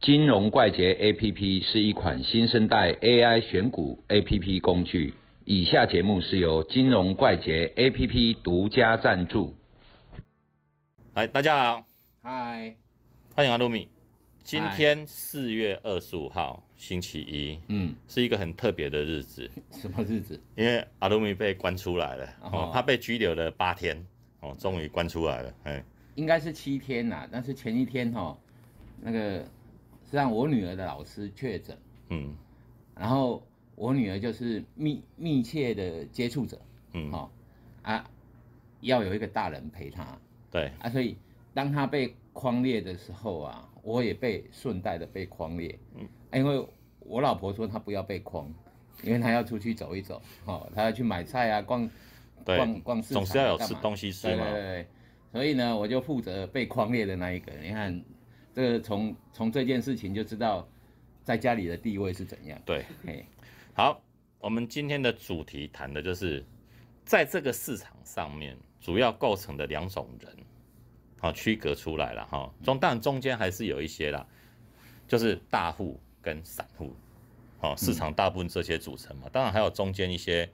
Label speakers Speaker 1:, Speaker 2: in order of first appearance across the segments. Speaker 1: 金融怪杰 APP 是一款新生代 AI 选股 APP 工具。以下节目是由金融怪杰 APP 独家赞助。
Speaker 2: 来，大家好，
Speaker 3: 嗨，
Speaker 2: 欢迎阿露米。今
Speaker 3: 嗨
Speaker 2: 天四月二十五号，星期一，
Speaker 3: 嗯，
Speaker 2: 是一个很特别的日子，
Speaker 3: 什么日子？
Speaker 2: 因为阿露米被关出来了，哦
Speaker 3: 哦，
Speaker 2: 他被拘留了八天，哦，终于关出来了，哎，
Speaker 3: 应该是七天呐、但是前一天哈、那个是让我女儿的老师确诊，
Speaker 2: 嗯
Speaker 3: 然后我女儿就是密密切的接触者，
Speaker 2: 嗯，
Speaker 3: 哦啊，要有一个大人陪她
Speaker 2: 对，
Speaker 3: 啊，所以当她被框列的时候啊，我也被顺带的被框列，嗯、因为我老婆说她不要被框，因为她要出去走一走，哦，她要去买菜啊，逛
Speaker 2: 对
Speaker 3: 逛逛市场啊
Speaker 2: 总是要有
Speaker 3: 干
Speaker 2: 吃
Speaker 3: 嘛
Speaker 2: 东西吃
Speaker 3: 对
Speaker 2: 嘛
Speaker 3: 对，对对，所以呢，我就负责被框列的那一个。你看，这个从从这件事情就知道，在家里的地位是怎样。
Speaker 2: 对，
Speaker 3: 嘿，
Speaker 2: 好，我们今天的主题谈的就是在这个市场上面主要构成的两种人，好、区隔出来了哈、中当然中间还是有一些啦，就是大户跟散户，好、市场大部分这些组成嘛，当然还有中间一些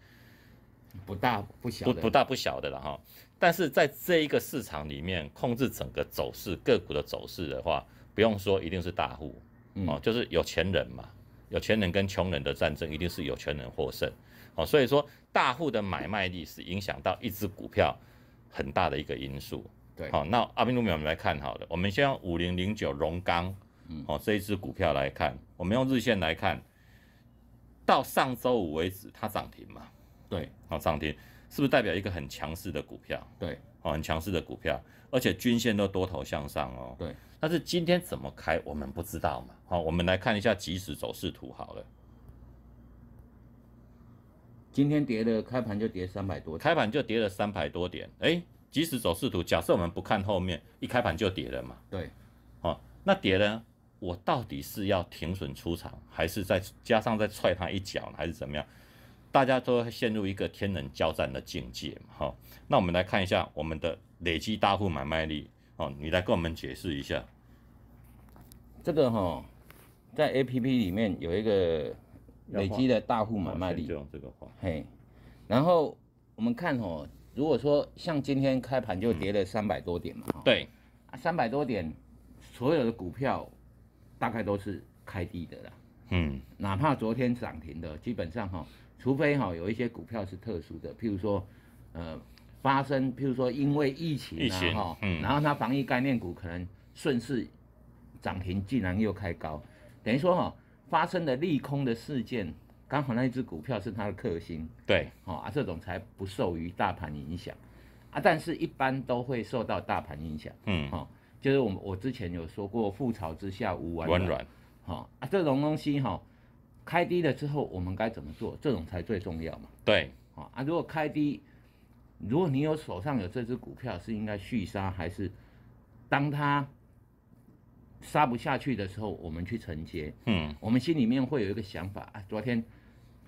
Speaker 3: 不大不小
Speaker 2: 不
Speaker 3: 的，
Speaker 2: 不大不小的了哈、但是在这一个市场里面控制整个走势个股的走势的话，不用说一定是大户，
Speaker 3: 嗯
Speaker 2: 哦，就是有钱人嘛，有钱人跟穷人的战争一定是有钱人获胜，哦，所以说大户的买卖力是影响到一只股票很大的一个因素。
Speaker 3: 对
Speaker 2: 好、那阿宾路米我们来看好了，我们先用五零零九荣钢，哦这一只股票来看，我们用日线来看，到上周五为止它涨停嘛，
Speaker 3: 对
Speaker 2: 哦涨停是不是代表一个很强势的股票？
Speaker 3: 对
Speaker 2: 哦，很强势的股票，而且均线都多头向上哦。
Speaker 3: 对，
Speaker 2: 但是今天怎么开，我们不知道嘛。好、我们来看一下即时走势图好了。
Speaker 3: 今天跌了，开盘就跌三百多点，
Speaker 2: 开盘就跌了三百多点，哎，即时走势图，假设我们不看后面，一开盘就跌了嘛。
Speaker 3: 对，
Speaker 2: 哦，那跌呢，我到底是要停损出场，还是再加上再踹他一脚，还是怎么样？大家都会陷入一个天人交战的境界嘛。好、那我们来看一下我们的累积大户买卖力。哦，你来跟我们解释一下。
Speaker 3: 这个哈、在 A P P 里面有一个累积的大户买卖
Speaker 2: 哦先
Speaker 3: 力
Speaker 2: 就，用这个话。
Speaker 3: 嘿，然后我们看哦，如果说像今天开盘就跌了三百多点嘛，哈、啊
Speaker 2: 对，
Speaker 3: 三百多点，所有的股票大概都是开低的啦。
Speaker 2: 嗯，
Speaker 3: 哪怕昨天涨停的，基本上哈、除非哈、有一些股票是特殊的，譬如说，呃，发生，譬如说因为疫情
Speaker 2: 疫
Speaker 3: 啊
Speaker 2: 情
Speaker 3: 哈、
Speaker 2: 嗯
Speaker 3: 然后它防疫概念股可能顺势涨停，竟然又开高，等于说哈、发生的利空的事件，刚好那一只股票是它的克星，
Speaker 2: 对，
Speaker 3: 哦啊，这种才不受于大盘影响啊，但是一般都会受到大盘影响。
Speaker 2: 嗯，
Speaker 3: 哦，就是我们我之前有说过，覆巢之下无完
Speaker 2: 软
Speaker 3: 卵，
Speaker 2: 软，
Speaker 3: 哦啊，这种东西哈、哦，开低了之后我们该怎么做？这种才最重要嘛，
Speaker 2: 对，
Speaker 3: 哦啊，如果开低，如果你有手上有这只股票，是应该续杀还是当它杀不下去的时候，我们去承接？
Speaker 2: 嗯，
Speaker 3: 我们心里面会有一个想法啊，昨天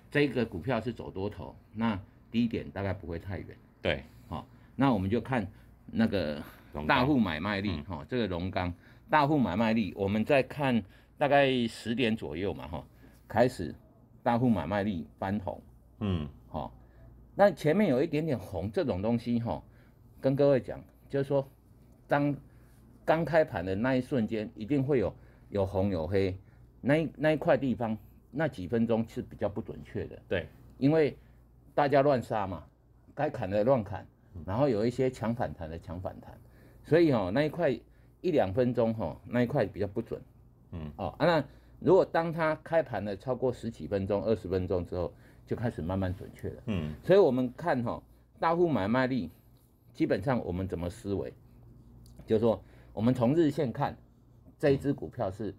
Speaker 3: 这个股票是走多头，那低点大概不会太远，
Speaker 2: 对，
Speaker 3: 哦，那我们就看那个
Speaker 2: 龙
Speaker 3: 大
Speaker 2: 钢
Speaker 3: 户买卖力哈、哦，这个龙钢大户买卖力，我们再看大概十点左右嘛哈、哦，开始大户买卖力翻红
Speaker 2: 嗯，
Speaker 3: 哈、哦，那前面有一点点红这种东西哈、哦，跟各位讲，就是说当刚开盘的那一瞬间，一定会有有红有黑，那一那一块地方那几分钟是比较不准确的，
Speaker 2: 对，
Speaker 3: 因为大家乱杀嘛，该砍的乱砍，
Speaker 2: 嗯
Speaker 3: 然后有一些强反弹的强反弹，所以哦那一块一两分钟哦那一块比较不准，
Speaker 2: 嗯
Speaker 3: 哦啊那如果当它开盘了超过十几分钟、二十分钟之后，就开始慢慢准确了。
Speaker 2: 嗯，
Speaker 3: 所以我们看哈、大户买卖力，基本上我们怎么思维，就是说我们从日线看这一只股票是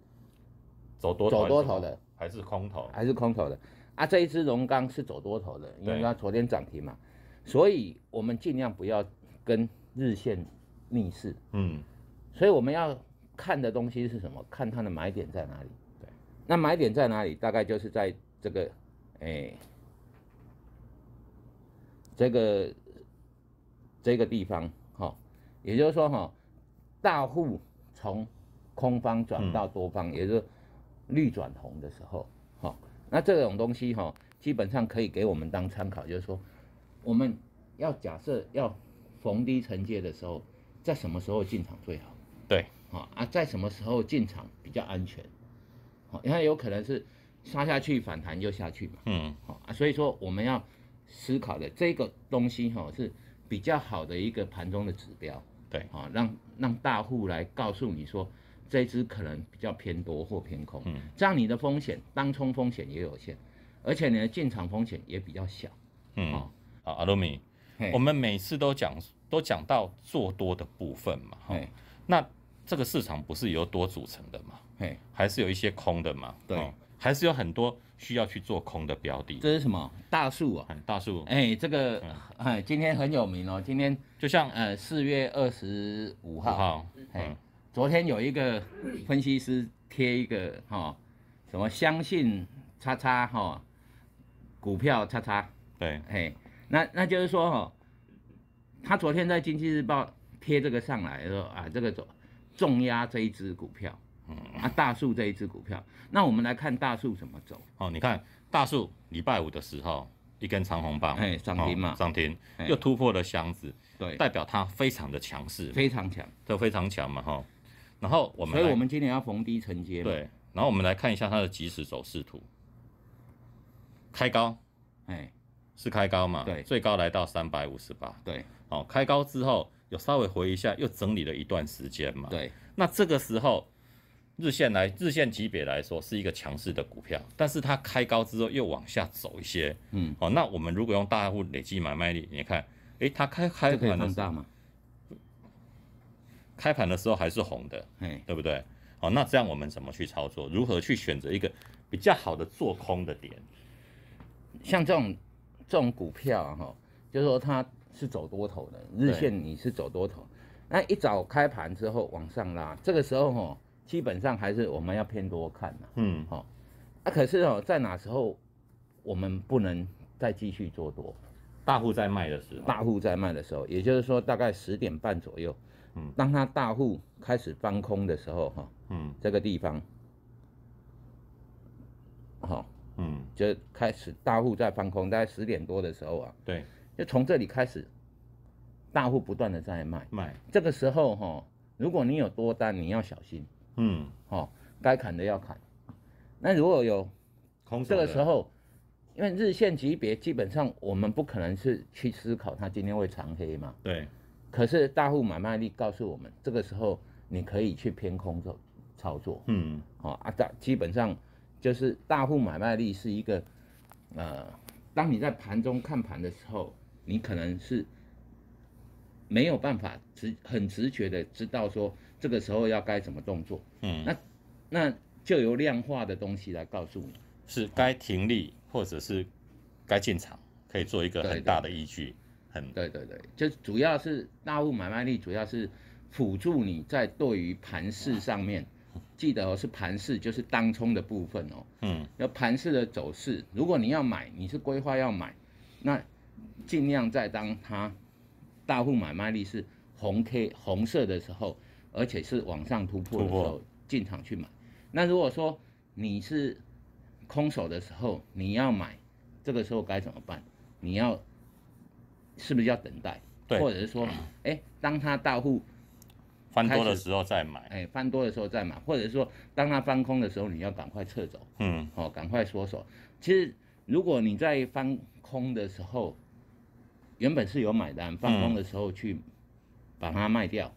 Speaker 2: 走多
Speaker 3: 走
Speaker 2: 头
Speaker 3: 多
Speaker 2: 还是
Speaker 3: 头的
Speaker 2: 还是空头？
Speaker 3: 还是空头的啊。这一只龙钢是走多头的，因
Speaker 2: 对
Speaker 3: 为它昨天涨停嘛，所以我们尽量不要跟日线逆势。
Speaker 2: 嗯，
Speaker 3: 所以我们要看的东西是什么？看它的买点在哪里。对，那买点在哪里？大概就是在这个，哎、这个这个地方哈、也就是说哈、大户从空方转到多方，也就是绿转红的时候，哈、那这种东西哈、基本上可以给我们当参考，就是说我们要假设要逢低承接的时候，在什么时候进场最好？
Speaker 2: 对，
Speaker 3: 啊啊，在什么时候进场比较安全？好、哦因为有可能是杀下去反弹就下去嘛，
Speaker 2: 嗯，
Speaker 3: 好、啊，所以说我们要思考的这个东西哈、是比较好的一个盘中的指标，
Speaker 2: 对
Speaker 3: 啊、让让大户来告诉你说这只可能比较偏多或偏空，
Speaker 2: 嗯，
Speaker 3: 这样你的风险当冲风险也有限，而且你的进场风险也比较小，
Speaker 2: 嗯，
Speaker 3: 好
Speaker 2: 好，阿鲁米，
Speaker 3: 嘿
Speaker 2: 我们每次都讲都讲到做多的部分嘛，哈
Speaker 3: 嘿，
Speaker 2: 那这个市场不是由多组成的嘛，
Speaker 3: 嘿，
Speaker 2: 还是有一些空的嘛，
Speaker 3: 对
Speaker 2: 哦还是有很多需要去做空的标的。
Speaker 3: 这是什么大树啊？
Speaker 2: 嗯大树，
Speaker 3: 哎、这个哎、今天很有名哦，今天
Speaker 2: 就像
Speaker 3: 呃四月二十五
Speaker 2: 五
Speaker 3: 号。
Speaker 2: 号，
Speaker 3: 哎
Speaker 2: 嗯，
Speaker 3: 昨天有一个分析师贴一个哈、什么相信叉叉哈、股票叉叉，
Speaker 2: 对，
Speaker 3: 嘿，那那就是说哈、他昨天在经济日报贴这个上来说啊，这个重重压这一只股票，
Speaker 2: 嗯
Speaker 3: 啊大树这一只股票，那我们来看大树怎么走，
Speaker 2: 哦，你看大树礼拜五的时候一根长红棒，
Speaker 3: 哎涨停嘛
Speaker 2: 哦涨停
Speaker 3: 哎
Speaker 2: 又突破了箱子，
Speaker 3: 对，
Speaker 2: 代表它非常的强势，
Speaker 3: 非常强，
Speaker 2: 都非常强嘛，哈。然后我们
Speaker 3: 所以
Speaker 2: 来
Speaker 3: 我们今年要逢低承接，，
Speaker 2: 对，然后我们来看一下它的即时走势图，开高
Speaker 3: 哎
Speaker 2: 是开高嘛？
Speaker 3: 对
Speaker 2: 最高来到三百五十八。
Speaker 3: 对
Speaker 2: 哦，开高之后有稍微回一下，又整理了一段时间嘛。，
Speaker 3: 对
Speaker 2: 那这个时候日线来日线级别来说是一个强势的股票，但是它开高之后又往下走一些。
Speaker 3: 嗯，
Speaker 2: 哦，那我们如果用大户累计买卖力，你看，诶，它开开
Speaker 3: 这可以
Speaker 2: 盘的
Speaker 3: 放
Speaker 2: 时
Speaker 3: 大嘛，
Speaker 2: 开盘的时候还是红的，
Speaker 3: 哎
Speaker 2: 对不对？好，那这样我们怎么去操作？如何去选择一个比较好的做空的点？
Speaker 3: 像这种这种股票哈、就是说它是走多头的，日
Speaker 2: 对
Speaker 3: 线你是走多头，那一早开盘之后往上拉，这个时候哈、基本上还是我们要偏多看呐、
Speaker 2: 嗯
Speaker 3: 啊。可是哦，在哪时候我们不能再继续做多？
Speaker 2: 大户在卖的时候，
Speaker 3: 大户在卖的时候，也就是说大概十点半左右，
Speaker 2: 嗯
Speaker 3: 当它大户开始翻空的时候哈、
Speaker 2: 嗯
Speaker 3: 这个地方，好、
Speaker 2: 嗯，
Speaker 3: 就开始大户在翻空，大概十点多的时候啊，
Speaker 2: 对，
Speaker 3: 就从这里开始，大户不断的在卖。
Speaker 2: 卖，
Speaker 3: 这个时候哈、如果你有多单，你要小心
Speaker 2: 嗯，
Speaker 3: 哦，该砍的要砍。那如果有
Speaker 2: 空手
Speaker 3: 这
Speaker 2: 的
Speaker 3: 个时，候，因为日线级别基本上我们不可能是去思考它今天会长黑嘛，
Speaker 2: 对，
Speaker 3: 可是大户买卖力告诉我们，这个时候你可以去偏空走操作
Speaker 2: 嗯
Speaker 3: 哦啊，大基本上就是大户买卖力是一个呃，当你在盘中看盘的时候，你可能是没有办法直很直觉的知道说这个时候要该怎么动作，
Speaker 2: 嗯，
Speaker 3: 那那就由量化的东西来告诉你。
Speaker 2: 是该停利或者是该进场，可以做一个
Speaker 3: 对
Speaker 2: 很大的依据，很
Speaker 3: 对对对，就主要是大户买卖力，主要是辅助你在对于盘势上面，记得哦是盘势，就是当冲的部分哦。
Speaker 2: 嗯
Speaker 3: 那盘势的走势，如果你要买，你是规划要买，那尽量在当它大户买卖力是红 K 红色的时候，而且是往上突破的时
Speaker 2: 突
Speaker 3: 候
Speaker 2: 破
Speaker 3: 进场去买。那如果说你是空手的时候，你要买，这个时候该怎么办？你要是不是要等待？
Speaker 2: 对
Speaker 3: 或者是说，哎、当它大户
Speaker 2: 翻多
Speaker 3: 开
Speaker 2: 的
Speaker 3: 始
Speaker 2: 时候再买，
Speaker 3: 哎、翻多的时候再买，或者是说当它翻空的时候，你要赶快撤走。
Speaker 2: 嗯
Speaker 3: 哦，赶快缩手。其实如果你在翻空的时候，原本是有买单，翻空的时候去把它卖掉，
Speaker 2: 嗯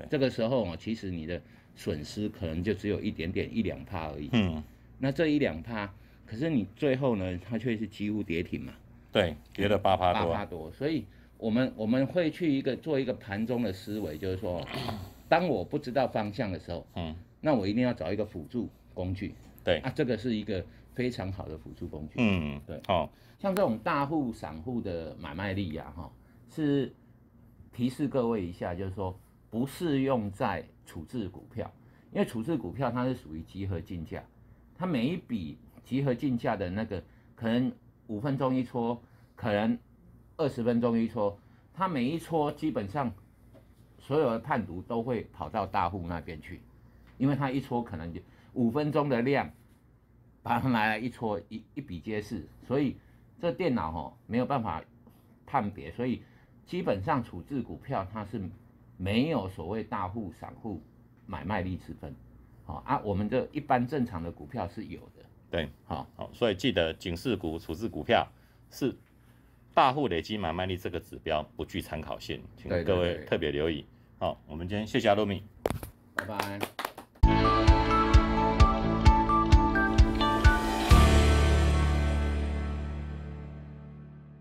Speaker 2: 对
Speaker 3: 这个时候哦，其实你的损失可能就只有一点点一两趴而已。
Speaker 2: 嗯，
Speaker 3: 那这一两趴，可是你最后呢，它却是几乎跌停嘛，
Speaker 2: 对，跌了八趴
Speaker 3: 八
Speaker 2: 多
Speaker 3: 趴，多，所以。我们我们会去一个做一个盘中的思维，就是说，当我不知道方向的时候，
Speaker 2: 嗯，
Speaker 3: 那我一定要找一个辅助工具。
Speaker 2: 对
Speaker 3: 啊，这个是一个非常好的辅助工具。
Speaker 2: 嗯，
Speaker 3: 对
Speaker 2: 好，
Speaker 3: 像这种大户、散户的买卖力呀、哈，是提示各位一下，就是说不适用在处置股票，因为处置股票它是属于集合竞价，它每一笔集合竞价的那个可能五分钟一撮，可能二十分钟一撮，它每一撮基本上所有的判读都会跑到大户那边去，因为它一戳可能就五分钟的量，把它拿来一戳一一比皆是，所以这电脑哦没有办法判别，所以基本上处置股票它是没有所谓大户散户买卖力之分，好、啊，我们这一般正常的股票是有的，
Speaker 2: 对，
Speaker 3: 好、
Speaker 2: 好，所以记得警示股、处置股票是大户累积买卖力这个指标不具参考性，请
Speaker 3: 对对
Speaker 2: 各位
Speaker 3: 对
Speaker 2: 特别留意。好，我们今天谢谢阿鲁米。
Speaker 3: 拜拜。